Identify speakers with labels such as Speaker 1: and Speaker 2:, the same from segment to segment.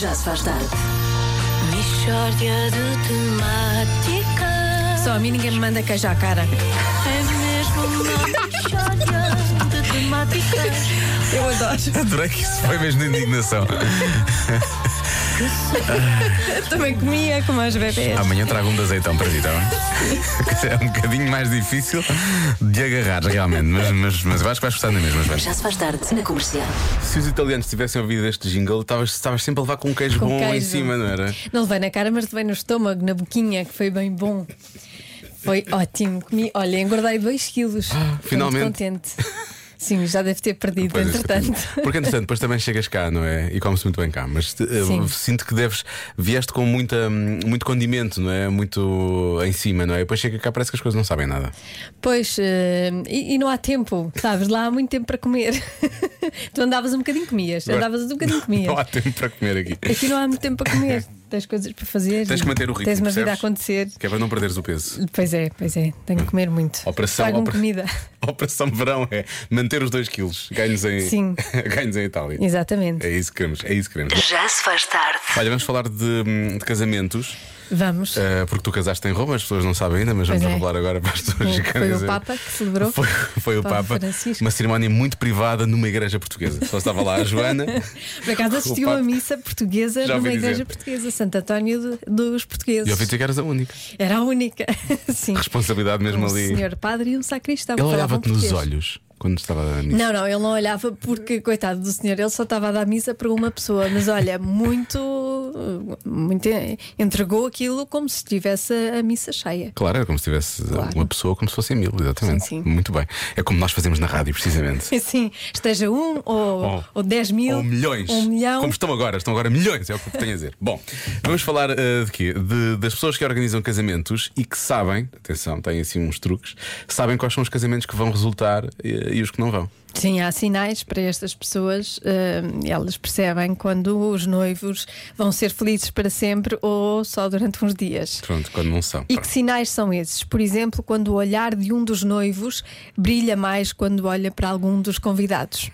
Speaker 1: Já se faz tarde.
Speaker 2: Mixórdia de temáticas.
Speaker 3: Só a mim ninguém me manda queijo à cara.
Speaker 2: É mesmo uma mixórdia de temáticas
Speaker 3: Eu adoro.
Speaker 4: Adorei que isso foi mesmo de indignação.
Speaker 2: que se
Speaker 3: Eu também comia com mais bebês.
Speaker 4: Amanhã trago um de azeitão para ti, tá bem? É um bocadinho mais difícil de agarrar, realmente. Mas, mas, mas eu acho que vais gostar da mesma, Joana.
Speaker 1: Já se faz tarde na comercial.
Speaker 4: Se os italianos tivessem ouvido este jingle, estavas estavas sempre a levar com um queijo
Speaker 3: Com
Speaker 4: bom em
Speaker 3: queijo.
Speaker 4: cima, não era?
Speaker 3: Não levei na cara, mas levei no estômago, na boquinha, que foi bem bom. Foi ótimo. Comi, olha, engordei 2 quilos. Fiquei
Speaker 4: Ah, finalmente.
Speaker 3: Muito contente. Sim, já deve ter perdido,
Speaker 4: Pois, é.
Speaker 3: entretanto.
Speaker 4: isso- Porque entretanto, depois também chegas cá, não é? E comes muito bem cá. Mas eh,
Speaker 3: Sim.
Speaker 4: sinto que deves. Vieste com muita, hum, muito condimento, não é? Muito em cima, não é? E depois chega cá, parece que as coisas não sabem nada.
Speaker 3: Pois, eh, e, e não há tempo, sabes? Lá há muito tempo para comer. tu andavas um bocadinho, comias. Andavas um bocadinho, comias.
Speaker 4: é? Não há tempo para comer aqui.
Speaker 3: Aqui não há muito tempo para comer. Tens coisas para fazer.
Speaker 4: Tens que manter o ritmo.
Speaker 3: Tens uma vida a
Speaker 4: percebes?
Speaker 3: acontecer.
Speaker 4: Que é para não perderes o peso.
Speaker 3: Pois é, pois é. Tenho que comer muito.
Speaker 4: Operação-
Speaker 3: Tragam
Speaker 4: opera-
Speaker 3: comida.
Speaker 4: A operação verão é manter os 2 quilos. Ganhos em,
Speaker 3: Sim.
Speaker 4: ganhos em Itália.
Speaker 3: Exatamente.
Speaker 4: É isso que queremos, é isso que queremos.
Speaker 1: Já se faz tarde.
Speaker 4: Olha, vamos falar de, hum, de casamentos,
Speaker 3: Vamos.
Speaker 4: eh, porque tu casaste em Roma, as pessoas não sabem ainda, mas
Speaker 3: Pois
Speaker 4: vamos
Speaker 3: é.
Speaker 4: revelar agora para as pessoas
Speaker 3: Foi-
Speaker 4: ficarem a
Speaker 3: foi o
Speaker 4: dizer-
Speaker 3: Papa que celebrou.
Speaker 4: Foi, foi o
Speaker 3: Papa
Speaker 4: Papa.
Speaker 3: Francisco.
Speaker 4: Uma cerimónia muito privada numa igreja portuguesa. Só estava lá a Joana.
Speaker 3: Por acaso assistiu
Speaker 4: Papa-
Speaker 3: a missa portuguesa
Speaker 4: Já ouvi
Speaker 3: numa igreja
Speaker 4: dizer.
Speaker 3: portuguesa, Santo António do- dos
Speaker 4: E eu ouvi
Speaker 3: Portugueses.
Speaker 4: dizer é que eras a única.
Speaker 3: Era a única. Sim.
Speaker 4: Responsabilidade mesmo
Speaker 3: Um
Speaker 4: ali.
Speaker 3: senhor padre e um sacristão.
Speaker 4: Ele
Speaker 3: falavam
Speaker 4: olhava-te nos
Speaker 3: português.
Speaker 4: olhos quando estava a missa.
Speaker 3: Não, não, ele não olhava porque, coitado do senhor, ele só estava a dar missa para uma pessoa, mas olha, muito, muito entregou aquilo como se tivesse a missa cheia.
Speaker 4: Claro, era como se tivesse
Speaker 3: Claro.
Speaker 4: uma pessoa como se fossem mil, exatamente.
Speaker 3: Sim, sim.
Speaker 4: Muito bem. É como nós fazemos na rádio, precisamente.
Speaker 3: Assim, esteja um ou,
Speaker 4: Oh.
Speaker 3: ou dez mil.
Speaker 4: Ou milhões.
Speaker 3: Um milhão.
Speaker 4: Como estão agora? Estão agora milhões, é o que eu tenho a dizer. Bom, vamos falar eh, de quê? De- das pessoas que organizam casamentos e que sabem, atenção, têm assim uns truques, sabem quais são os casamentos que vão resultar eh, e os que não vão.
Speaker 3: Sim, há sinais para estas pessoas, eh, elas percebem quando os noivos vão ser felizes para sempre ou só durante uns dias.
Speaker 4: Pronto, quando não são.
Speaker 3: E que
Speaker 4: Pronto.
Speaker 3: sinais são esses? Por exemplo, quando o olhar de um dos noivos brilha mais quando olha para algum dos convidados.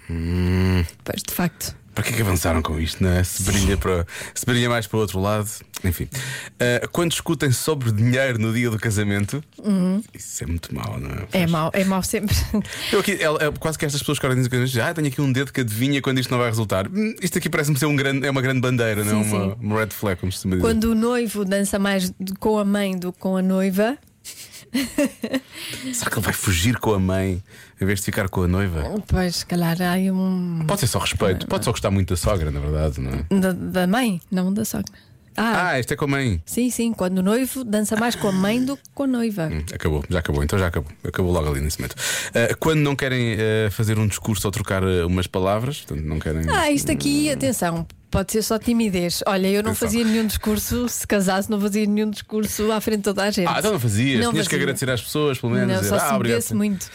Speaker 3: Pois, de facto.
Speaker 4: Para que é que avançaram com isto, não é? Se brilha, para, se brilha mais para o outro lado, enfim. Eh, quando discutem sobre dinheiro no dia do casamento,
Speaker 3: Uhum.
Speaker 4: isso é muito mau, não é?
Speaker 3: É mau, é mau sempre.
Speaker 4: Eu aqui, é, é quase que estas pessoas que organizam coisas dizem, ah, tenho aqui um dedo que adivinha quando isto não vai resultar. Hum, isto aqui parece-me ser um grande, é uma grande bandeira, não é?
Speaker 3: Sim,
Speaker 4: Uma,
Speaker 3: sim.
Speaker 4: uma red flag, como se costuma dizer.
Speaker 3: Quando o noivo dança mais de- com a mãe do que com a noiva,
Speaker 4: Será que ele vai fugir com a mãe em vez de ficar com a noiva?
Speaker 3: pois, se calhar, há aí um.
Speaker 4: Pode ser só respeito, pode só gostar muito da sogra, na verdade, não é?
Speaker 3: Da, da mãe, não da sogra. Ah,
Speaker 4: Ah, isto é com a mãe.
Speaker 3: sim, sim, quando o noivo dança mais com a mãe do que com a noiva.
Speaker 4: Hum, Acabou, já acabou, então já acabou. Acabou logo ali nesse momento. Ah, quando não querem ah, fazer um discurso ou trocar ah, umas palavras, portanto, não querem.
Speaker 3: Ah, isto aqui, atenção, pode ser só timidez. Olha, eu não
Speaker 4: Atenção.
Speaker 3: fazia nenhum discurso, se casasse, não fazia nenhum discurso à frente de toda a gente.
Speaker 4: Ah, então não fazias,
Speaker 3: Não
Speaker 4: tinhas que
Speaker 3: fazia.
Speaker 4: agradecer às pessoas, pelo menos.
Speaker 3: Não,
Speaker 4: dizer,
Speaker 3: só se
Speaker 4: ah, obrigado.
Speaker 3: bebesse muito.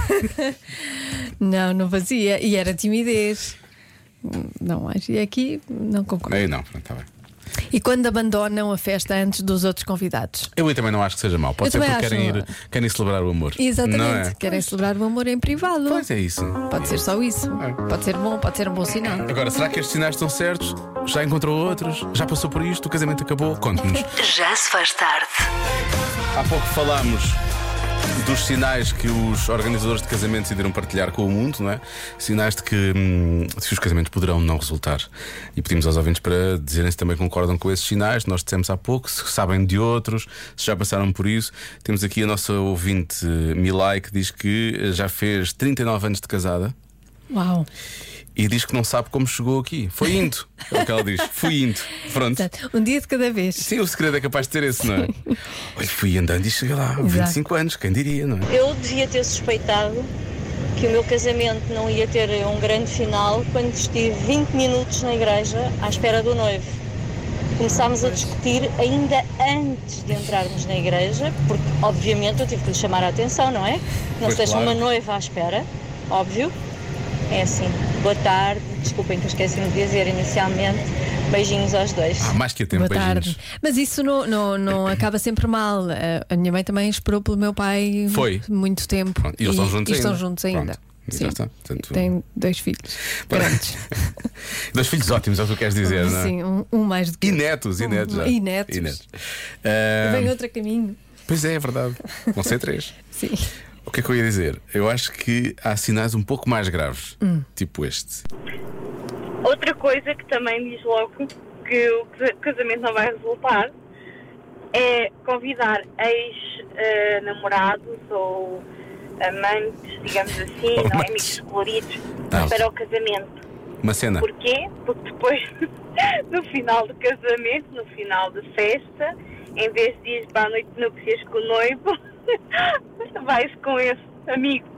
Speaker 3: não, não fazia. E era timidez. Não acho. E aqui não concordo.
Speaker 4: Aí não, pronto, está bem.
Speaker 3: E quando abandonam a festa antes dos outros convidados?
Speaker 4: Eu aí também não acho que seja mau. Pode
Speaker 3: Eu
Speaker 4: ser porque
Speaker 3: também
Speaker 4: querem
Speaker 3: acho.
Speaker 4: ir, querem celebrar o amor. Não
Speaker 3: Exatamente.
Speaker 4: é?
Speaker 3: Querem celebrar o amor em privado.
Speaker 4: Pois é isso.
Speaker 3: Pode ser só isso. Pode ser bom, pode ser um bom sinal.
Speaker 4: Agora, será que estes sinais estão certos? Já encontrou outros? Já passou por isto? O casamento acabou? Conte-nos.
Speaker 1: Já se faz tarde.
Speaker 4: Há pouco falámos dos sinais que os organizadores de casamentos decidiram partilhar com o mundo, não é? Sinais de que, hum, de que os casamentos poderão não resultar. E pedimos aos ouvintes para dizerem se também concordam com esses sinais. Nós dissemos há pouco, se sabem de outros, se já passaram por isso. Temos aqui a nossa ouvinte eh, Milai que diz que eh, já fez 39 anos de casada.
Speaker 3: Uau.
Speaker 4: E diz que não sabe como chegou aqui. Foi indo. É o que ela diz. Fui indo. Pronto.
Speaker 3: Portanto, um dia de cada vez.
Speaker 4: Sim, o segredo é capaz de ter esse, não é? Olha, fui andando e cheguei lá. 25 anos, quem diria, não é?
Speaker 5: Eu devia ter suspeitado que o meu casamento não ia ter um grande final quando estive 20 minutos na igreja à espera do noivo. Começámos a discutir ainda antes de entrarmos na igreja, porque obviamente eu tive que lhe chamar a atenção, não é? Não
Speaker 4: Pois,
Speaker 5: se deixa
Speaker 4: claro.
Speaker 5: uma noiva à espera, óbvio. É assim. Boa tarde, desculpem que eu esqueci-me de dizer inicialmente. Beijinhos aos dois.
Speaker 4: Ah, mais que a tempo,
Speaker 3: Boa
Speaker 4: beijinhos.
Speaker 3: tarde. Mas isso não, não, não acaba sempre mal. A- A minha mãe também esperou pelo meu pai
Speaker 4: Foi.
Speaker 3: muito tempo.
Speaker 4: Pronto, e eles estão juntos
Speaker 3: e estão
Speaker 4: ainda.
Speaker 3: juntos ainda.
Speaker 4: Pronto. E
Speaker 3: Sim.
Speaker 4: Já está. Portanto,
Speaker 3: Tem dois filhos
Speaker 4: Pois.
Speaker 3: grandes.
Speaker 4: Dois filhos ótimos, é o que tu queres dizer, não é?
Speaker 3: Sim, um, um mais do que.
Speaker 4: E
Speaker 3: outro.
Speaker 4: netos, e netos já.
Speaker 3: E netos.
Speaker 4: Ah,
Speaker 3: Vem outro a caminho.
Speaker 4: pois é, é verdade. Vão ser três.
Speaker 3: Sim.
Speaker 4: O que é que eu ia dizer? Eu acho que há sinais um pouco mais graves,
Speaker 3: Hum.
Speaker 4: tipo este.
Speaker 6: Outra coisa que também diz logo que o casa- casamento não vai resultar é convidar ex-namorados ou amantes, digamos
Speaker 4: Ou
Speaker 6: assim, não é?
Speaker 4: amantes.
Speaker 6: amigos coloridos,
Speaker 4: Ah,
Speaker 6: para o casamento.
Speaker 4: Uma cena.
Speaker 6: Porquê? Porque depois, no final do casamento, no final da festa, em vez de ir para a noite de núpcias com o noivo, vai-se com esse amigo.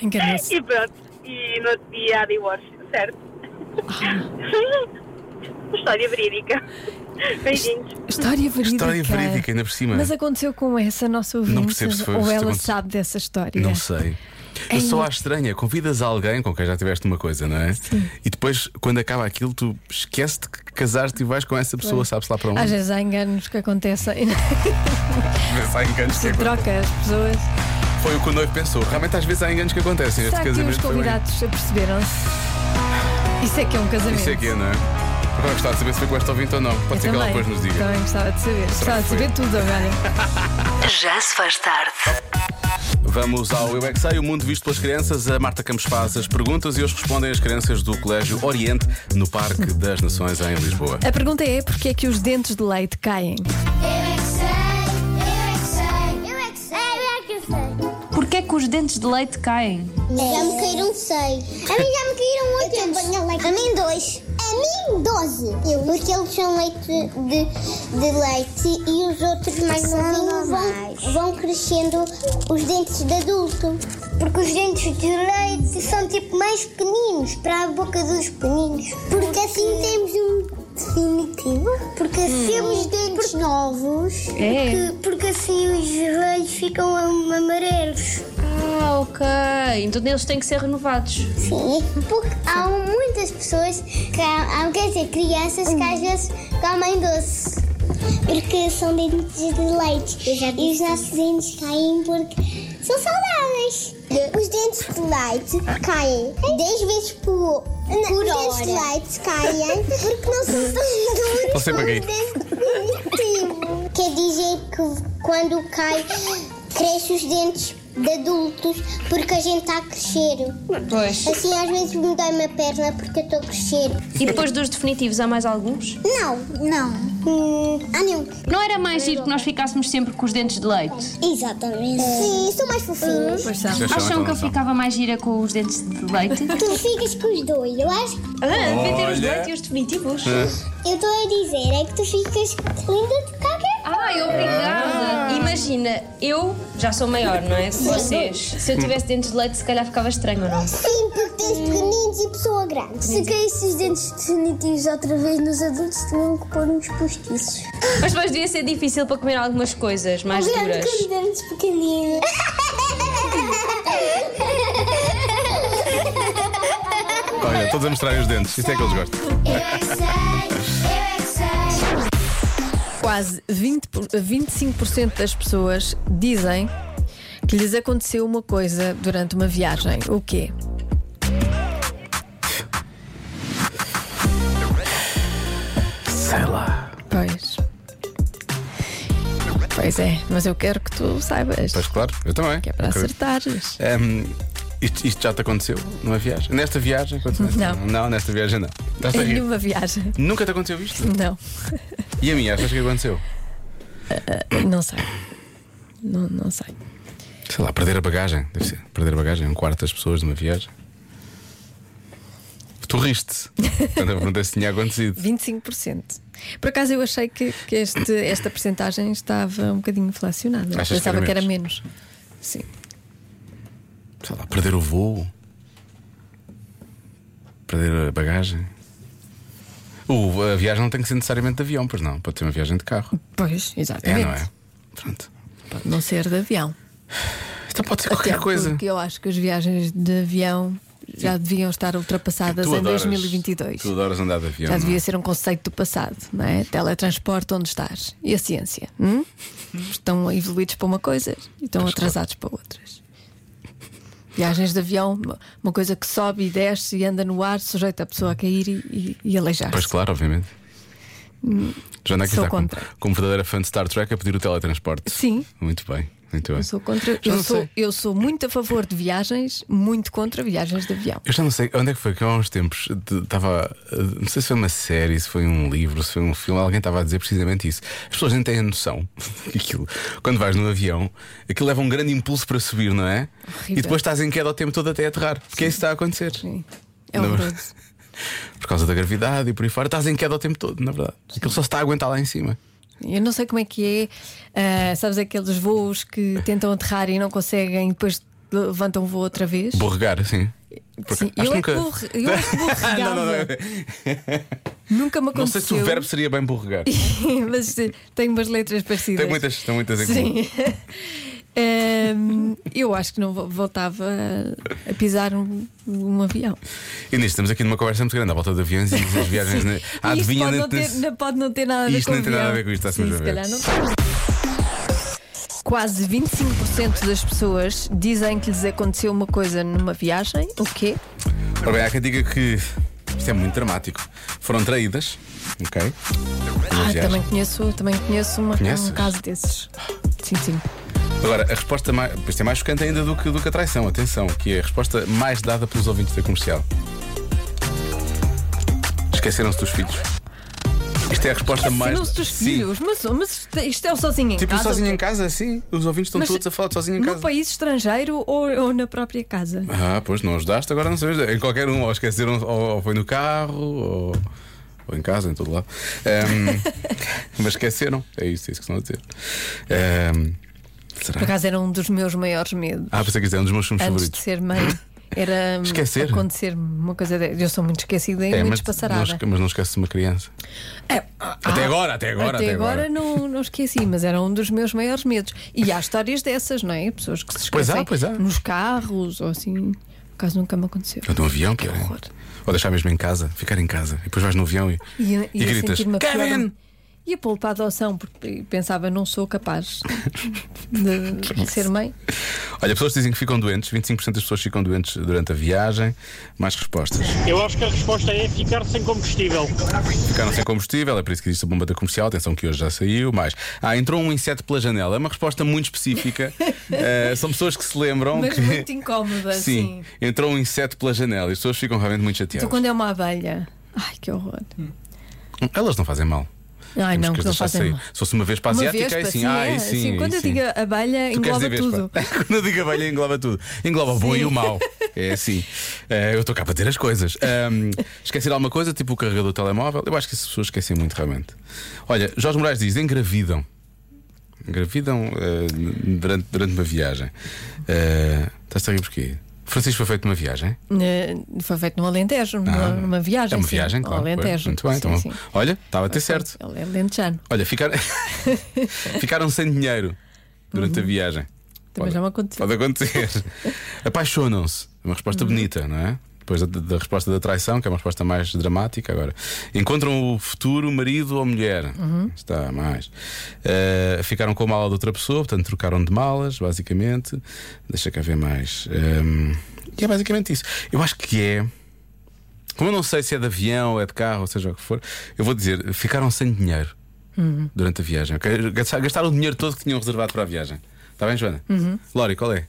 Speaker 3: Enganou-se.
Speaker 6: E pronto, e no outro dia há divórcio, certo? História verídica. Beijinhos.
Speaker 3: História verídica.
Speaker 4: História verídica, ainda por cima.
Speaker 3: Mas aconteceu com essa nossa ouvinte?
Speaker 4: percebo se foi-
Speaker 3: ou
Speaker 4: se
Speaker 3: ela
Speaker 4: aconteceu.
Speaker 3: sabe dessa história?
Speaker 4: Não sei. Eu
Speaker 3: Ei.
Speaker 4: só acho estranha, convidas alguém com quem já tiveste uma coisa, não é? E depois, quando acaba aquilo, tu esquece-te que casaste e vais com essa pessoa, sabes lá para onde.
Speaker 3: Às vezes há enganos que acontecem.
Speaker 4: vezes há enganos que
Speaker 3: Se
Speaker 4: acontecem.
Speaker 3: troca as pessoas.
Speaker 4: Foi o que o noivo pensou. Realmente, às vezes há enganos que acontecem.
Speaker 3: Será
Speaker 4: este
Speaker 3: que os
Speaker 4: casamento foi um engano.
Speaker 3: convidados aperceberam-se? Isso é que é um casamento.
Speaker 4: Isso é que é, não é? Agora gostava de saber se foi com esta ouvinte ou não. Pode
Speaker 3: Eu
Speaker 4: ser que ela
Speaker 3: também,
Speaker 4: depois nos diga.
Speaker 3: também gostava de saber. Gostava de
Speaker 4: foi?
Speaker 3: saber tudo agora.
Speaker 1: Já se faz tarde.
Speaker 4: Vamos ao Eu é Que Sei, o mundo visto pelas crianças. A Marta Campos faz as perguntas e hoje respondem as crianças do Colégio Oriente no Parque das Nações em Lisboa.
Speaker 3: A pergunta é: porquê é que os dentes de leite caem?
Speaker 7: Porquê que os dentes de leite caem?
Speaker 8: Já me caíram seis. A mim já me caíram oito. A mim dois. A mim doze. Porque eles são leite de, de leite e os outros mais novinhos vão, vão crescendo os dentes de adulto. Porque os dentes de leite são tipo mais pequeninos para a boca dos pequeninos. Porque assim temos um definitivo. Porque assim temos dentes novos.
Speaker 7: É.
Speaker 8: Porque, porque assim os velhos ficam amarelos.
Speaker 7: Ah, ok. Então eles têm que ser renovados.
Speaker 8: Sim, porque há muitas pessoas, que há, há- quer dizer, crianças que às vezes comem doce. Porque são dentes de leite. E os nossos dentes caem porque são saudáveis. Os dentes de leite caem 10 vezes por, por hora. Os dentes de leite caem porque não são tão
Speaker 4: Estão sempre aqui.
Speaker 8: definitivo. Quer dizer que quando cai, cresce os dentes de adultos porque a gente está a crescer.
Speaker 7: Pois.
Speaker 8: Assim, às vezes me dói uma perna porque eu estou a crescer.
Speaker 7: E depois dos definitivos, há mais alguns?
Speaker 8: Não, não. há nenhum.
Speaker 7: Não era mais giro que nós ficássemos sempre com os dentes de
Speaker 9: Então,
Speaker 7: leite?
Speaker 8: Exatamente. Eh, Sim, são mais fofinhos.
Speaker 7: Uhum.
Speaker 3: Pois são.
Speaker 7: Acham que eu
Speaker 4: Então, então.
Speaker 7: ficava mais gira com os dentes de leite?
Speaker 8: Tu ficas com os dois, eu acho.
Speaker 7: Ah, devia ter os
Speaker 4: Olha.
Speaker 7: leite e os definitivos.
Speaker 8: Eu estou a dizer, é que tu ficas linda de qualquer.
Speaker 7: Ai,
Speaker 9: Ah.
Speaker 7: obrigada! Imagina, eu já sou maior, não é? Vocês. Se eu tivesse dentes de leite, se calhar ficava estranho, ou não?
Speaker 8: Sim, porque tens pequeninos e pessoa grande. Se caísse os dentes definitivos outra vez nos adultos, tinham que pôr uns postiços.
Speaker 7: Mas depois devia ser difícil para comer algumas coisas mais duras.
Speaker 8: com os dentes pequeninos.
Speaker 4: Olha, todos a mostrarem os dentes. Isto é que eles gostam.
Speaker 8: Eu é que sei, eu é que sei.
Speaker 3: Quase 20 por- 25% das pessoas dizem que lhes aconteceu uma coisa durante uma viagem. O quê?
Speaker 4: Sei lá.
Speaker 3: Pois. Pois é, mas eu quero que tu saibas.
Speaker 4: Pois claro, eu também.
Speaker 3: Que é para
Speaker 4: Ok.
Speaker 3: acertares.
Speaker 4: Hum, isto, isto já te aconteceu numa viagem? Nesta viagem? aconteceu?
Speaker 3: Não.
Speaker 4: Não, nesta viagem não. Estás a
Speaker 3: Em
Speaker 4: rir.
Speaker 3: nenhuma viagem.
Speaker 4: Nunca te aconteceu isto?
Speaker 3: Não,
Speaker 4: E a mim, achas que aconteceu?
Speaker 3: não sei. Não, não sei.
Speaker 4: Sei lá, perder a bagagem. Deve ser. Perder a bagagem, um quarto das pessoas numa viagem. Tu riste quando eu perguntei se tinha acontecido.
Speaker 3: 25%. Por acaso eu achei que, que este- esta percentagem estava um bocadinho inflacionada. Eu
Speaker 4: Achas que
Speaker 3: Pensava
Speaker 4: era
Speaker 3: que era menos. Sim.
Speaker 4: Sei lá, perder o voo. Perder a bagagem. Uh, a viagem não tem que ser necessariamente de avião, pois não. Pode ser uma viagem de carro.
Speaker 3: Pois,
Speaker 4: É,
Speaker 3: exatamente.
Speaker 4: não é? Pronto.
Speaker 3: Pode não ser de avião.
Speaker 4: Então pode ser qualquer
Speaker 3: Até
Speaker 4: coisa.
Speaker 3: Porque eu acho que as viagens de avião já deviam estar ultrapassadas
Speaker 4: Tu
Speaker 3: em
Speaker 4: adoras-
Speaker 3: 2022.
Speaker 4: Tu adoras andar de avião.
Speaker 3: Já
Speaker 4: não é?
Speaker 3: devia ser um conceito do passado, não é? Teletransporte, onde estás? E a ciência?
Speaker 4: Uhum.
Speaker 3: hum? Estão evoluídos para uma coisa e estão atrasados para outras. Viagens de avião, uma- uma coisa que sobe e desce e anda no ar, sujeita a pessoa a cair e, e, e
Speaker 4: Pois
Speaker 3: aleijar-se.
Speaker 4: claro, obviamente. Joana aqui
Speaker 3: Hum, sou
Speaker 4: está como,
Speaker 3: contra.
Speaker 4: como verdadeira fã de Star Trek a pedir o teletransporte.
Speaker 3: Sim.
Speaker 4: Muito bem, muito bem.
Speaker 3: Eu sou contra.
Speaker 4: Já
Speaker 3: Eu
Speaker 4: não
Speaker 3: sou,
Speaker 4: sei.
Speaker 3: eu sou muito a favor de viagens, muito contra viagens de avião.
Speaker 4: Eu já não sei onde é que foi que há uns tempos de- estava. eh, Não sei se foi uma série, se foi um livro, se foi um filme, alguém estava a dizer precisamente isso. As pessoas nem têm a noção que aquilo. Quando vais no avião, aquilo leva um grande impulso para subir, não é?
Speaker 3: Horrível.
Speaker 4: E depois estás em queda o tempo todo até aterrar. Porque é isso que está a acontecer.
Speaker 3: Sim. É
Speaker 4: Não.
Speaker 3: horroroso.
Speaker 4: Por causa da gravidade e por aí fora, estás em queda o tempo todo, na verdade. Aquilo só se está a aguentar lá em cima.
Speaker 3: Eu não sei como é que é. ah, sabes aqueles voos que tentam aterrar e não conseguem, depois levantam o voo outra vez?
Speaker 4: Borregar, assim.
Speaker 3: Sim,
Speaker 4: acho
Speaker 3: eu é
Speaker 4: nunca-
Speaker 3: que borre- eu é que borregava.
Speaker 4: Ah, não, não, não.
Speaker 3: Nunca me aconteceu.
Speaker 4: Não sei se o verbo seria bem borregar.
Speaker 3: mas eh, tem umas letras parecidas.
Speaker 4: Tem muitas, tem muitas em comum.
Speaker 3: Sim. Ehm, eu acho que não vo- voltava a- a pisar um, um avião.
Speaker 4: E nisto, estamos aqui numa conversa muito grande à volta de aviões e as viagens. né?
Speaker 3: Sim. E
Speaker 4: na-
Speaker 3: isto
Speaker 4: Ah, Adivinha
Speaker 3: pode,
Speaker 4: nem
Speaker 3: não ter,
Speaker 4: te-
Speaker 3: não- pode não ter nada a ver
Speaker 4: Isto
Speaker 3: com
Speaker 4: nem tem
Speaker 3: avião.
Speaker 4: nada a ver com isto, está-se
Speaker 3: Sim,
Speaker 4: mesmo
Speaker 3: se
Speaker 4: a ver.
Speaker 3: calhar não tem. Quase 25% das pessoas dizem que lhes aconteceu uma coisa numa viagem. O quê?
Speaker 4: Ora bem, há quem diga que isto é muito dramático. Foram traídas, ok?
Speaker 3: Ah,
Speaker 4: Viagem.
Speaker 3: também conheço, também conheço uma-
Speaker 4: Conheces?
Speaker 3: um caso desses. Sim, sim.
Speaker 4: Agora, a resposta mais. Isto é mais chocante ainda do que, do que a traição, atenção, que é a resposta mais dada pelos ouvintes da comercial. Esqueceram-se dos filhos. Isto é a resposta mais.
Speaker 3: Não se dos
Speaker 4: Sim.
Speaker 3: filhos, mas, mas isto é o sozinho em
Speaker 4: Tipo,
Speaker 3: casa.
Speaker 4: sozinho em casa, sim. Os ouvintes estão
Speaker 3: Mas
Speaker 4: todos a falar de sozinho em
Speaker 3: No
Speaker 4: casa.
Speaker 3: país estrangeiro ou, ou na própria casa?
Speaker 4: Ah, pois não ajudaste, agora não sabes. Em qualquer um, ou esqueceram, ou, ou foi no carro, ou, ou em casa, em todo lado. Ahm, mas esqueceram, é isso, é isso que estão a dizer. Ahm, será?
Speaker 3: Por acaso era um dos meus maiores medos
Speaker 4: Ah, pensei que isto é um dos meus filmes
Speaker 3: antes de
Speaker 4: favoritos.
Speaker 3: ser mãe. Era hum,
Speaker 4: Esquecer?
Speaker 3: acontecer uma coisa de... Eu sou muito esquecida e
Speaker 4: É,
Speaker 3: muito
Speaker 4: mas, não,
Speaker 3: despassarada.
Speaker 4: esque- mas não esquece de uma criança.
Speaker 3: É, ah,
Speaker 4: Até agora, até agora, até agora.
Speaker 3: não, não esqueci, mas era um dos meus maiores medos. E há histórias dessas, não é? Pessoas que se
Speaker 4: Pois há,
Speaker 3: esquecem
Speaker 4: pois há.
Speaker 3: nos carros ou assim. Por acaso nunca me aconteceu.
Speaker 4: Ou de um avião, pior. ainda.
Speaker 3: horror.
Speaker 4: Ou deixar mesmo em casa, ficar em casa, e depois vais no avião e,
Speaker 3: E, e,
Speaker 4: e
Speaker 3: a
Speaker 4: gritas:
Speaker 3: sentir-me a pior-
Speaker 4: Kevin!
Speaker 3: Ia pô-lo para a adoção, porque pensava, não sou capaz de, de ser mãe.
Speaker 4: Olha, pessoas dizem que ficam doentes, 25% das pessoas ficam doentes durante a viagem. Mais respostas.
Speaker 10: Eu acho que a resposta é ficar sem combustível.
Speaker 4: Ficaram sem combustível, é por isso que existe a bomba da comercial. Atenção, que hoje já saiu. Mas, ah, entrou um inseto pela janela. É uma resposta muito específica. Eh, são pessoas que se lembram
Speaker 3: Mas
Speaker 4: que.
Speaker 3: muito incómoda, sim.
Speaker 4: Sim, entrou um inseto pela janela e as pessoas ficam realmente muito
Speaker 3: Então
Speaker 4: chateadas.
Speaker 3: quando é uma abelha. Ai, que horror.
Speaker 4: Elas não fazem mal.
Speaker 3: Ai,
Speaker 4: Temos
Speaker 3: não, que
Speaker 4: que as
Speaker 3: não
Speaker 4: deixar
Speaker 3: fazem
Speaker 4: sair.
Speaker 3: mal.
Speaker 4: Se fosse uma vez para a
Speaker 3: Uma
Speaker 4: asiática,
Speaker 3: vespa,
Speaker 4: aí sim,
Speaker 3: sim,
Speaker 4: ah,
Speaker 3: é,
Speaker 4: aí sim.
Speaker 3: sim.
Speaker 4: aí
Speaker 3: Quando eu
Speaker 4: sim.
Speaker 3: digo abelha,
Speaker 4: Tu queres
Speaker 3: engloba
Speaker 4: dizer
Speaker 3: tudo.
Speaker 4: vespa? Quando eu digo abelha, engloba tudo. Engloba o bom e o mau. É assim. Eh, eu estou cá para ter as coisas. Ahm, esquecer alguma coisa, tipo o carregador do telemóvel. Eu acho que as pessoas esquecem muito realmente. Olha, Jorge Moraes diz: engravidam. Engravidam eh, durante, durante uma viagem. Eh, Estás a rir porquê? Francisco foi feito uma viagem.
Speaker 3: Eh, Foi feito no Alentejo, numa, numa viagem.
Speaker 4: É uma
Speaker 3: sim,
Speaker 4: viagem,
Speaker 3: ao
Speaker 4: claro. pois.
Speaker 3: Alentejo.
Speaker 4: Muito bem,
Speaker 3: Sim,
Speaker 4: então,
Speaker 3: sim.
Speaker 4: Olha, estava a ter certo.
Speaker 3: Ele é lentejano.
Speaker 4: Olha, ficaram, ficaram sem dinheiro durante a
Speaker 3: Uhum.
Speaker 4: viagem.
Speaker 3: Também já me aconteceu.
Speaker 4: Pode acontecer. Apaixonam-se. É uma resposta bonita, não é? Depois da, da resposta da traição, que é uma resposta mais dramática agora. Encontram o futuro marido ou mulher. Está mais. Eh, ficaram com a mala de outra pessoa, portanto trocaram de malas, basicamente. Deixa cá ver mais. Ehm, e é basicamente isso. Eu acho que é. Como eu não sei se é de avião ou é de carro, ou seja o que for, eu vou dizer, ficaram sem dinheiro durante a viagem. ok? Gastar- Gastaram o dinheiro todo que tinham reservado para a viagem. Está bem, Joana? Lori, qual é?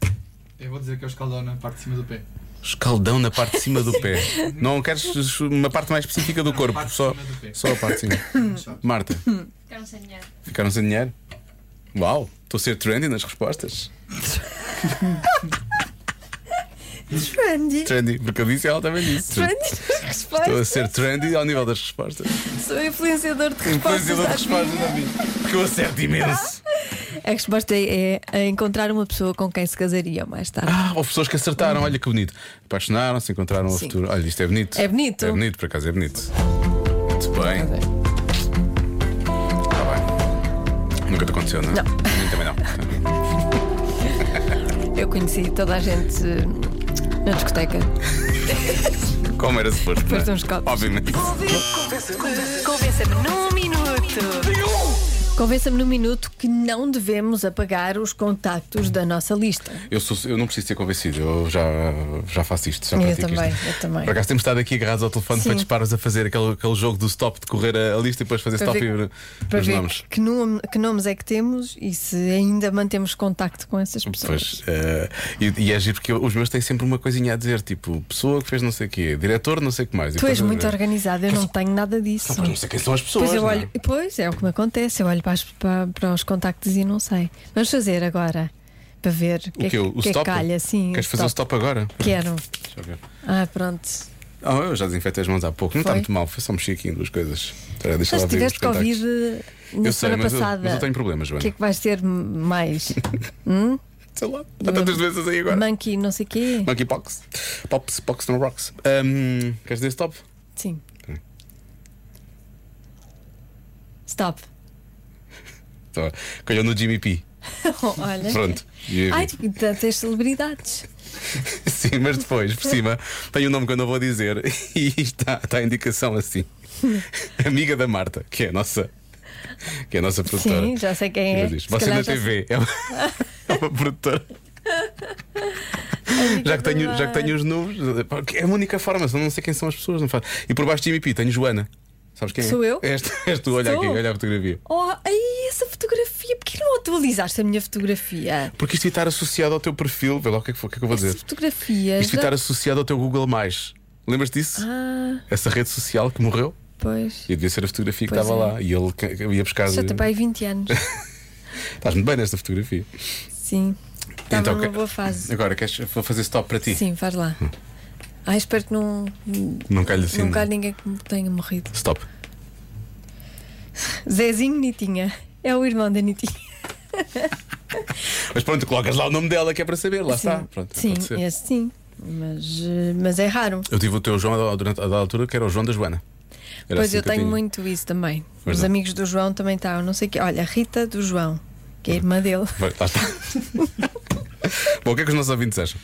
Speaker 9: Eu vou dizer que é o escaldão na parte de cima do pé.
Speaker 4: Escaldão na parte de cima do pé. Não queres uma parte mais específica do corpo,
Speaker 9: parte de
Speaker 4: só,
Speaker 9: cima do pé.
Speaker 4: só a parte de cima. Marta,
Speaker 7: Ficaram sem dinheiro.
Speaker 4: ficaram sem dinheiro? Uau, estou a ser trendy nas respostas.
Speaker 3: Trendy.
Speaker 4: Trendy, porque eu disse e ela também disse. Estou a ser trendy ao nível das respostas.
Speaker 3: Sou influenciador de
Speaker 4: Depois eu dou
Speaker 3: respostas.
Speaker 4: respostas a mim. Porque eu acerto imenso.
Speaker 3: A resposta é é encontrar uma pessoa com quem se casaria mais tarde.
Speaker 4: Ah, houve pessoas que acertaram, olha que bonito. Apaixonaram-se, encontraram o
Speaker 3: Hum. Sim.
Speaker 4: futuro. Olha, isto é bonito.
Speaker 3: É bonito.
Speaker 4: É bonito, por acaso é bonito. Muito bem. Está bem. Nunca te aconteceu, não é?
Speaker 3: Não.
Speaker 4: A mim também não.
Speaker 3: Eu conheci toda a gente eh, na discoteca.
Speaker 4: Como era suposto.
Speaker 3: Depois
Speaker 4: não é?
Speaker 3: de uns copos.
Speaker 4: Obviamente.
Speaker 1: Convença-me num minuto.
Speaker 3: Convença-me num minuto que não devemos apagar os contactos da nossa lista.
Speaker 4: Eu, sou- eu não preciso ser convencido, eu já, já faço isto. Já
Speaker 3: Eu
Speaker 4: pratico
Speaker 3: também,
Speaker 4: isto.
Speaker 3: eu também.
Speaker 4: Por acaso temos estado aqui agarrados ao telefone
Speaker 3: Sim.
Speaker 4: para disparos a fazer aquele, aquele jogo do stop de correr a, a lista e depois fazer
Speaker 3: Para
Speaker 4: stop
Speaker 3: ver-
Speaker 4: e ver
Speaker 3: Para
Speaker 4: os
Speaker 3: ver
Speaker 4: nomes.
Speaker 3: que, nome- que nomes é que temos e se ainda mantemos contacto com essas pessoas.
Speaker 4: Pois, eh, e, e é giro porque os meus têm sempre uma coisinha a dizer, tipo, pessoa que fez não sei o quê, diretor não sei o que mais. E
Speaker 3: tu
Speaker 4: depois eh, Então,
Speaker 3: és
Speaker 4: eu-
Speaker 3: muito organizada, eu não tenho nada disso.
Speaker 4: Não, mas não sei quem são as pessoas.
Speaker 3: Pois, eu
Speaker 4: não é?
Speaker 3: olho, pois é o que me acontece. Eu olho para, as- para- para os contactos e não sei. Vamos fazer agora para ver o
Speaker 4: O
Speaker 3: que,
Speaker 4: que?
Speaker 3: é-
Speaker 4: O
Speaker 3: que é que
Speaker 4: stop?
Speaker 3: calha. Sim,
Speaker 4: Queres fazer o stop agora?
Speaker 3: Quero.
Speaker 4: Deixa eu ver.
Speaker 3: Ah, pronto.
Speaker 4: Ah, eu já desinfetei as mãos há pouco. Não está
Speaker 3: Foi?
Speaker 4: muito mal, foi só mexer aqui em duas coisas. Espera, deixa
Speaker 3: Mas
Speaker 4: lá abrir
Speaker 3: tiveste
Speaker 4: os contactos.
Speaker 3: Covid na
Speaker 4: Eu sei,
Speaker 3: semana
Speaker 4: mas eu-
Speaker 3: passada.
Speaker 4: mas eu tenho problemas,
Speaker 3: O
Speaker 4: Joana.
Speaker 3: que é que vais ter mais? hum?
Speaker 4: Sei lá, há tantas doenças aí agora.
Speaker 3: Monkey, não sei quê.
Speaker 4: Monkeypox. Pops, pox no rocks. Ahm, queres dizer stop?
Speaker 3: Sim. Stop.
Speaker 4: Tá. Calhou no Jimmy P.
Speaker 3: Olha.
Speaker 4: Pronto. E-
Speaker 3: Ai, tu tu tens celebridades.
Speaker 4: Sim, mas depois, por cima, tem um nome que eu não vou dizer e está, está a indicação assim. Amiga da Marta, que é a nossa, que é a nossa produtora.
Speaker 3: Sim, já sei quem é.
Speaker 4: Ela diz,
Speaker 3: Se
Speaker 4: Você
Speaker 3: calhar
Speaker 4: na
Speaker 3: já sei.
Speaker 4: TV é uma, é uma produtora. Já que, tenho, já que tenho os números, é a única forma, senão não sei quem são as pessoas. Não faz. E por baixo de Jimmy P tenho Joana. Sabes quem é?
Speaker 3: Sou eu?
Speaker 4: És, tu- és tu, olha
Speaker 3: Sou.
Speaker 4: aqui, olha a fotografia.
Speaker 3: Oh, ai, essa fotografia. Porquê não atualizaste a minha fotografia?
Speaker 4: Porque isto devia estar associado ao teu perfil, vê lá o que é que, foi- o que é que eu vou dizer.
Speaker 3: Essa fotografia.
Speaker 4: Isto tá- devia
Speaker 3: já-
Speaker 4: estar associado ao teu Google. Lembras disso?
Speaker 3: Ah,
Speaker 4: Essa rede social que morreu?
Speaker 3: pois.
Speaker 4: E devia ser a fotografia que
Speaker 3: Pois
Speaker 4: estava
Speaker 3: é.
Speaker 4: lá. E ele ca- ia buscar.
Speaker 3: Já tem para aí 20 anos.
Speaker 4: Estás muito bem nesta fotografia.
Speaker 3: Sim. Estava
Speaker 4: Então,
Speaker 3: numa
Speaker 4: que- Hum.
Speaker 3: boa fase.
Speaker 4: Agora, queres vou fazer stop para ti?
Speaker 3: Sim, faz lá. Ai, espero que não.
Speaker 4: Não calho assim.
Speaker 3: não
Speaker 4: não.
Speaker 3: calhe ninguém que me tenha morrido.
Speaker 4: Stop.
Speaker 3: Zezinho Nitinha. É o irmão da Nitinha.
Speaker 4: Mas pronto, colocas lá o nome dela que é para saber, lá
Speaker 3: Sim.
Speaker 4: está. Pronto,
Speaker 3: sim, é.
Speaker 4: pode ser.
Speaker 3: esse sim. Mas, eh, mas é raro.
Speaker 4: Eu tive o teu João durante a da altura que era o João da Joana. Era
Speaker 3: pois
Speaker 4: assim
Speaker 3: eu
Speaker 4: que
Speaker 3: tenho
Speaker 4: tinha.
Speaker 3: muito isso também.
Speaker 4: Pois
Speaker 3: Os
Speaker 4: não.
Speaker 3: amigos do João também estão, não sei o quê. Olha, Rita do João, que é a irmã dele.
Speaker 4: Vai, Lá está. Bom, o que é que os nossos ouvintes acham?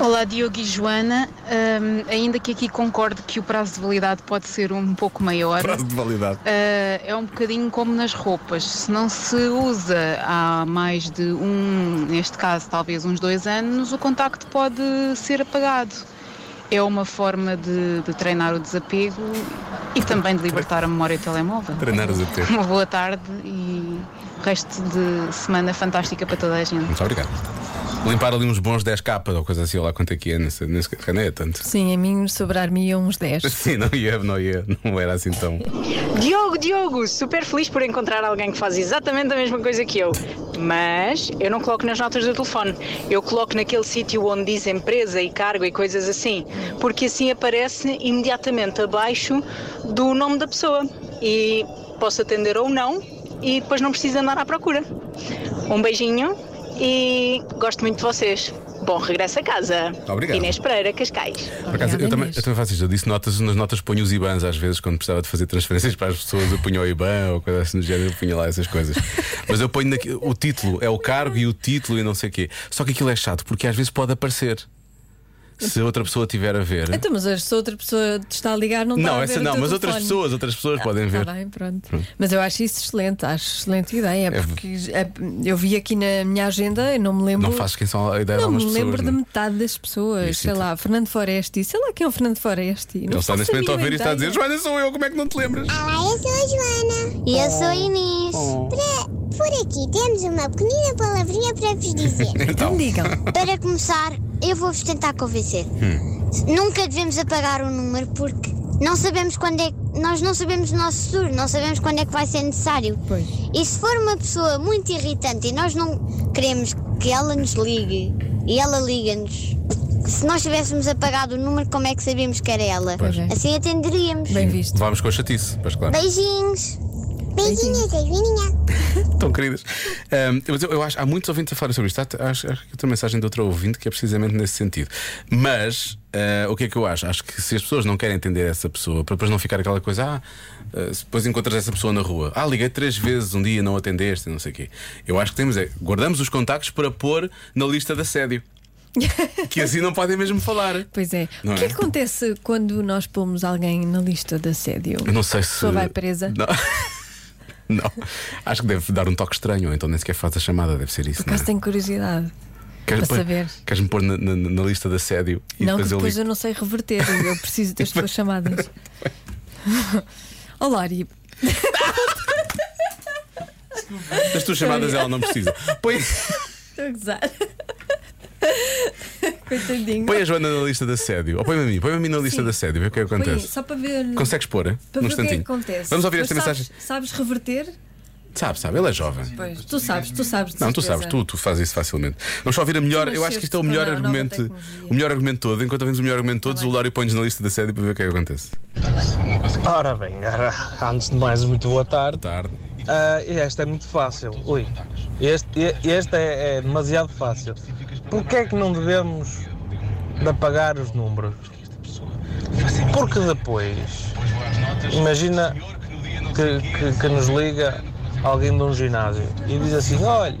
Speaker 11: Olá Diogo e Joana, Ahm, ainda que aqui concorde que o prazo de validade pode ser um pouco maior,
Speaker 4: Prazo de validade.
Speaker 11: ah, é um bocadinho como nas roupas, se não se usa há mais de um, neste caso talvez uns dois anos, o contacto pode ser apagado. É uma forma de, de treinar o desapego e também de libertar a memória do telemóvel.
Speaker 4: Treinar o desapego.
Speaker 11: Uma boa tarde e resto de semana fantástica para toda a gente.
Speaker 4: Muito obrigado. Limpar ali uns bons 10 capas ou coisa assim, ou lá quanto é que é, nesse, nesse, não é tanto.
Speaker 3: Sim, a mim sobrar-me iam uns 10.
Speaker 4: Sim, não ia, não ia, não era assim tão.
Speaker 12: Diogo, Diogo, super feliz por encontrar alguém que faz exatamente a mesma coisa que eu. Mas eu não coloco nas notas do telefone. Eu coloco naquele sítio onde diz empresa e cargo e coisas assim. Porque assim aparece imediatamente abaixo do nome da pessoa. E posso atender ou não e depois não preciso andar à procura. Um beijinho e gosto muito de vocês. Bom regresso a casa.
Speaker 4: Obrigado.
Speaker 12: Inês Pereira, Cascais.
Speaker 4: Por acaso, eu, também, eu também faço isto. Eu disse notas, nas notas ponho os IBANs às vezes, quando precisava de fazer transferências para as pessoas, eu punho o IBAN ou coisa assim do género, eu punha lá essas coisas. Mas eu ponho naqui- o título, é o cargo e o título e não sei o quê. Só que aquilo é chato, porque às vezes pode aparecer. Se outra pessoa tiver a ver.
Speaker 3: Então, mas hoje, se outra pessoa te está a ligar, não, está
Speaker 4: Não,
Speaker 3: a
Speaker 4: essa
Speaker 3: ver o
Speaker 4: não,
Speaker 3: teu
Speaker 4: mas outras
Speaker 3: telefone.
Speaker 4: pessoas, outras pessoas podem ver.
Speaker 3: Está bem, pronto. Mas eu acho isso excelente, acho excelente ideia.
Speaker 4: É-
Speaker 3: Porque é- eu vi aqui na minha agenda, eu não me lembro.
Speaker 4: Não fazes quem são a ideia de
Speaker 3: Não
Speaker 4: algumas
Speaker 3: me
Speaker 4: pessoas.
Speaker 3: lembro
Speaker 4: não é?
Speaker 3: de metade das pessoas.
Speaker 4: Isso, então.
Speaker 3: sei lá, Fernando Foresti. Sei lá quem é o Fernando Foresti.
Speaker 4: Ele está neste momento a ouvir e está a dizer: Joana, sou eu, como é que não te lembras?
Speaker 3: Ah,
Speaker 8: Olá, eu sou a Joana. E eu sou a Inês. Pra- por aqui temos uma pequenina palavrinha para vos dizer.
Speaker 4: Então.
Speaker 3: digam.
Speaker 8: Para começar, eu vou-vos tentar convencer. Nunca devemos apagar o número porque não sabemos quando é que. Nós não sabemos o nosso futuro, não sabemos quando é que vai ser necessário. E se for uma pessoa muito irritante e nós não queremos que ela nos ligue e ela liga-nos, se nós tivéssemos apagado o número, como é que sabíamos que era ela?
Speaker 4: Pois é.
Speaker 8: Assim atenderíamos.
Speaker 3: Bem visto.
Speaker 4: Vamos com a chatice, mas claro.
Speaker 8: Beijinhos. Beijinhos, Beijinhos.
Speaker 4: Tão queridas. Ahm, mas eu, eu acho há muitos ouvintes a falar sobre isto. Há- Acho, acho que outra mensagem de outra ouvinte que é precisamente nesse sentido. Mas ah, o que é que eu acho? Acho que se as pessoas não querem entender essa pessoa, para depois não ficar aquela coisa, ah, ah, se depois encontras essa pessoa na rua, ah, liguei três vezes um dia, não atendeste, não sei o quê. Eu acho que temos é, guardamos os contactos para pôr na lista de assédio. que assim não podem mesmo falar.
Speaker 3: Pois é.
Speaker 4: Não
Speaker 3: o que
Speaker 4: é?
Speaker 3: é que acontece quando nós pomos alguém na lista de assédio?
Speaker 4: Eu não sei
Speaker 3: A
Speaker 4: se.
Speaker 3: pessoa vai presa.
Speaker 4: Não. Não. Acho que deve dar um toque estranho, ou então nem sequer faz a chamada, deve ser isso.
Speaker 3: Por acaso
Speaker 4: não é?
Speaker 3: tenho curiosidade.
Speaker 4: Queres-me
Speaker 3: para
Speaker 4: pôr-
Speaker 3: saber.
Speaker 4: Queres-me pôr na, na- na lista de assédio e
Speaker 3: não, que
Speaker 4: depois eu
Speaker 3: depois
Speaker 4: ligo?
Speaker 3: eu não sei reverter. Eu preciso das tuas chamadas. Olá, Ari.
Speaker 4: Das tuas chamadas ela não precisa. Põe,
Speaker 3: Estou a gozar. Coitadinho.
Speaker 4: põe a Joana na lista de assédio. Ou põe-me a mim, põe-me a mim na lista
Speaker 3: Sim.
Speaker 4: de assédio, vê o que é que
Speaker 3: Põe aí,
Speaker 4: acontece.
Speaker 3: só para ver.
Speaker 4: Consegues pôr? eh?
Speaker 3: Para
Speaker 4: Num
Speaker 3: ver o que é que
Speaker 4: instantinho.
Speaker 3: acontece.
Speaker 4: Vamos ouvir
Speaker 3: Mas
Speaker 4: esta
Speaker 3: sabes-
Speaker 4: mensagem.
Speaker 3: Sabes reverter?
Speaker 4: Sabe, sabe, ele é jovem.
Speaker 3: Pois, tu sabes, tu sabes. de
Speaker 4: Não, tu
Speaker 3: certeza.
Speaker 4: sabes, tu, tu fazes isso facilmente. Vamos só ouvir a melhor,
Speaker 3: Mas
Speaker 4: eu acho que isto é o
Speaker 3: este
Speaker 4: melhor
Speaker 3: canal, nova Tá
Speaker 4: argumento, o melhor argumento todo. Enquanto ouvimos o melhor argumento todos, o Lório põe-nos na lista da série para ver o que é que acontece.
Speaker 13: Ora bem, ora, antes de mais, muito boa tarde. Ah, esta é muito fácil. Ui, este, e- este é, é demasiado fácil. Porquê é que não devemos de apagar os números? Porque depois, imagina que, que- que nos liga alguém de um ginásio e diz assim, olha,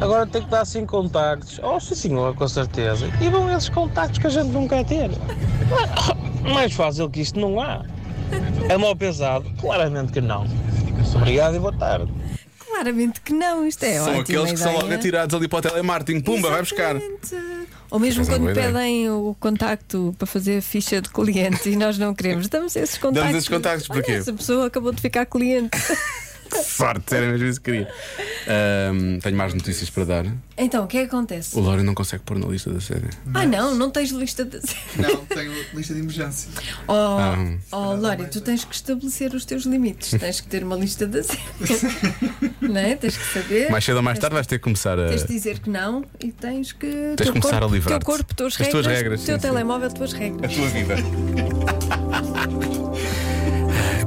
Speaker 13: agora tem que dar 5 contactos. Oh, sim senhor, com certeza. E vão esses contactos que a gente não quer ter. Mais fácil que isto não há. É mal pensado? Claramente que não. Obrigado e boa tarde.
Speaker 3: Claramente que não, isto é
Speaker 4: São
Speaker 3: ótima
Speaker 4: aqueles que são
Speaker 3: ideia.
Speaker 4: logo atirados ali para o telemarketing. Pumba, vai buscar.
Speaker 3: Ou mesmo
Speaker 4: Mas é uma
Speaker 3: quando
Speaker 4: boa ideia.
Speaker 3: pedem o contacto para fazer a ficha de cliente e nós não queremos, damos esses contactos.
Speaker 4: esses contactos,
Speaker 3: Olha,
Speaker 4: porquê?
Speaker 3: Essa pessoa acabou de ficar cliente.
Speaker 4: Forte, era mesmo isso que queria. Ahm, tenho mais notícias para dar.
Speaker 3: Então, o que é que acontece?
Speaker 4: O Lório não consegue pôr na lista da série.
Speaker 3: Ah, não, não tens lista de.
Speaker 9: Não, tenho lista de emergência.
Speaker 3: Oh,
Speaker 4: Ah.
Speaker 3: oh Lória,
Speaker 9: é.
Speaker 3: tu tens que estabelecer os teus limites. Tens que ter uma lista de Não é? Tens que saber.
Speaker 4: Mais cedo ou mais
Speaker 3: Tens-
Speaker 4: tarde vais ter que começar a.
Speaker 3: Tens de dizer que não e tens que.
Speaker 4: Tens de começar
Speaker 3: corpo,
Speaker 4: a livrar-te.
Speaker 3: Teu corpo, tuas
Speaker 4: As
Speaker 3: regras,
Speaker 4: tuas regras,
Speaker 3: o teu
Speaker 4: sim, sim.
Speaker 3: telemóvel, tuas regras.
Speaker 4: a tua vida.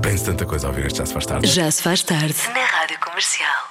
Speaker 4: Penso tanta coisa ao ouvir este já se faz tarde.
Speaker 1: Já se faz tarde na Rádio Comercial.